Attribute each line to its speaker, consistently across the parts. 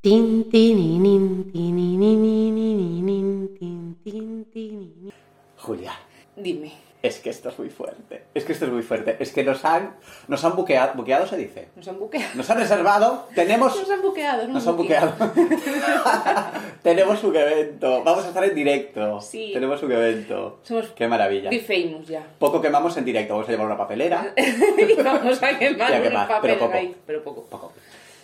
Speaker 1: Tin, tininin, tinininin, tin, tin, tininin.
Speaker 2: Julia,
Speaker 3: Dime.
Speaker 2: es que esto es muy fuerte. Es que esto es muy fuerte. Es que nos han, nos han buqueado, buqueado se dice.
Speaker 3: Nos han buqueado.
Speaker 2: Nos han reservado, tenemos...
Speaker 3: Nos han buqueado.
Speaker 2: Nos han buqueado. tenemos un evento. Vamos a estar en directo.
Speaker 3: Sí.
Speaker 2: Tenemos un evento.
Speaker 3: Somos
Speaker 2: Qué maravilla.
Speaker 3: Be famous ya.
Speaker 2: Poco quemamos en directo. Vamos a llevar una papelera.
Speaker 3: y vamos a quemar
Speaker 2: Ya
Speaker 3: unos
Speaker 2: quemar, pero
Speaker 3: papeles
Speaker 2: poco.
Speaker 3: ahí, pero poco.
Speaker 2: Poco.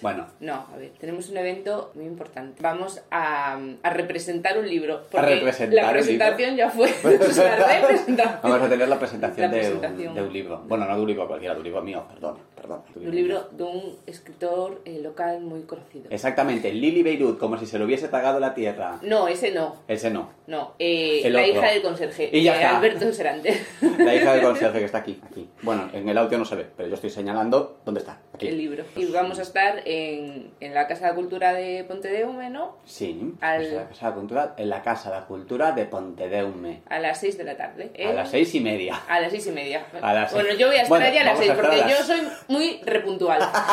Speaker 2: Bueno,
Speaker 3: No, a ver, tenemos un evento muy importante. Vamos a, a representar un libro.
Speaker 2: representar
Speaker 3: la
Speaker 2: un
Speaker 3: presentación ya fue. o sea, la representación.
Speaker 2: Vamos a tener la presentación,
Speaker 3: La
Speaker 2: De, un,
Speaker 3: presentación.
Speaker 2: de un libro. Bueno, no de un libro cualquiera, de un libro mío, perdón, perdón. De
Speaker 3: Un libro de un escritor eh, local muy conocido.
Speaker 2: Exactamente, Lily Beirut, como si se lo hubiese pagado la tierra.
Speaker 3: No, ese no.
Speaker 2: Ese no.
Speaker 3: No, eh,
Speaker 2: El
Speaker 3: la
Speaker 2: otro.
Speaker 3: hija del conserje.
Speaker 2: Y ya
Speaker 3: eh,
Speaker 2: está.
Speaker 3: Alberto Serante.
Speaker 2: La hija del conserje que está aquí, aquí. Bueno, en el audio no se ve, pero yo estoy señalando dónde está. Aquí.
Speaker 3: el libro. Y vamos a estar en, en la Casa de Cultura de Pontedeume, ¿no?
Speaker 2: Sí, Pues
Speaker 3: Al-
Speaker 2: es la Casa de la Cultura, en la Casa de la Cultura de Pontedeume.
Speaker 3: A las 6 de la tarde. ¿eh?
Speaker 2: A las seis y media.
Speaker 3: A las seis y media.
Speaker 2: A las seis.
Speaker 3: bueno, yo voy a estar
Speaker 2: Bueno,
Speaker 3: allí a las
Speaker 2: vamos a
Speaker 3: seis
Speaker 2: estar a
Speaker 3: porque
Speaker 2: las-
Speaker 3: yo soy muy repuntual.
Speaker 2: Vamos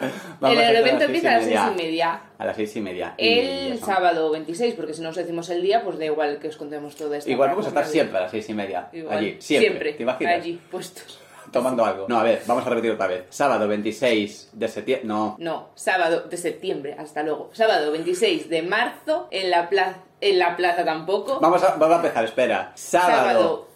Speaker 3: el
Speaker 2: a hacer todas
Speaker 3: evento
Speaker 2: las
Speaker 3: empieza a las seis y media.
Speaker 2: A las seis y media. Y ya
Speaker 3: El
Speaker 2: está.
Speaker 3: sábado 26, porque si no os decimos el día, pues da igual que os contemos todo esto.
Speaker 2: Igual vamos a estar siempre a las seis y media. allí, siempre. ¿Te imaginas?
Speaker 3: Allí, puestos.
Speaker 2: Tomando algo. No, a ver, vamos a repetir otra vez. Sábado 26 de septiembre. No.
Speaker 3: No, sábado de septiembre, hasta luego. Sábado 26 de marzo, en la plaza, en la plaza tampoco.
Speaker 2: Vamos a, vamos a empezar, espera. Sábado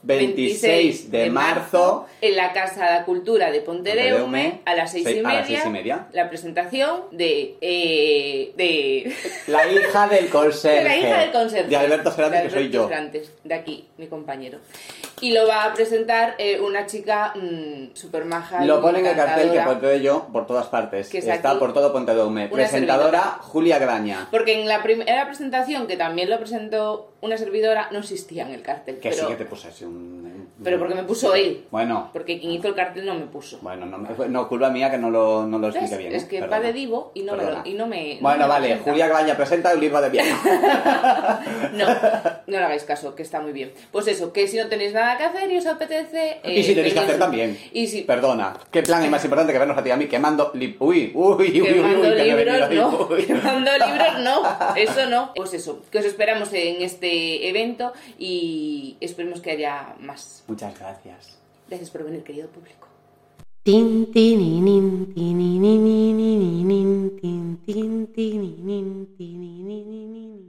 Speaker 2: 26 de marzo.
Speaker 3: en la Casa de la Cultura de Pontedeume, a las seis
Speaker 2: Sei-
Speaker 3: y
Speaker 2: a
Speaker 3: media.
Speaker 2: las seis y media.
Speaker 3: La presentación de. eh, de.
Speaker 2: La hija del conserje.
Speaker 3: de la hija del conserje.
Speaker 2: De Alberto Fernández,
Speaker 3: De
Speaker 2: que soy
Speaker 3: Alberto
Speaker 2: yo.
Speaker 3: Fernández, de aquí, mi compañero. Y lo va a presentar eh, una chica mm, super maja.
Speaker 2: Lo ponen en el cartel que
Speaker 3: encantadora.
Speaker 2: pondré yo por todas partes.
Speaker 3: Que es
Speaker 2: Está
Speaker 3: aquí.
Speaker 2: por todo Pontedeume.
Speaker 3: Una
Speaker 2: Presentadora Julia Graña.
Speaker 3: Porque en la primera presentación, que también lo presentó una servidora, no existía en el cartel.
Speaker 2: Que
Speaker 3: pero,
Speaker 2: sí que te puse así un. un-
Speaker 3: pero porque me puso él.
Speaker 2: Bueno,
Speaker 3: Porque quien hizo el cartel no me puso.
Speaker 2: bueno, no, me- no, culpa mía que no lo, no lo
Speaker 3: ¿Ves?
Speaker 2: explique bien. ¿eh?
Speaker 3: Es que
Speaker 2: perdona.
Speaker 3: va de divo y no me lo-
Speaker 2: Perdona.
Speaker 3: y no me- no
Speaker 2: Bueno,
Speaker 3: me
Speaker 2: vale,
Speaker 3: presenta.
Speaker 2: Julia Graña presenta un libro de viaje.
Speaker 3: No, no le hagáis caso, que está muy bien. Pues eso, que si no tenéis nada que hacer y os apetece.
Speaker 2: y
Speaker 3: eh,
Speaker 2: si tenéis que
Speaker 3: venid.
Speaker 2: hacer también.
Speaker 3: Y si.
Speaker 2: Perdona. ¿Qué plan es más importante que vernos a ti y a mí quemando li- Uy, uy, uy,
Speaker 3: Quemando
Speaker 2: uy, uy, que me he venido
Speaker 3: libros,
Speaker 2: ahí,
Speaker 3: no.
Speaker 2: uy.
Speaker 3: Quemando libros, no. Eso no. Pues eso, que os esperamos en este evento y esperemos que haya más.
Speaker 2: Muchas gracias.
Speaker 3: Gracias por venir, querido público.
Speaker 1: Tin, tininin, tinininin, tin, tin, tininin, tinininin.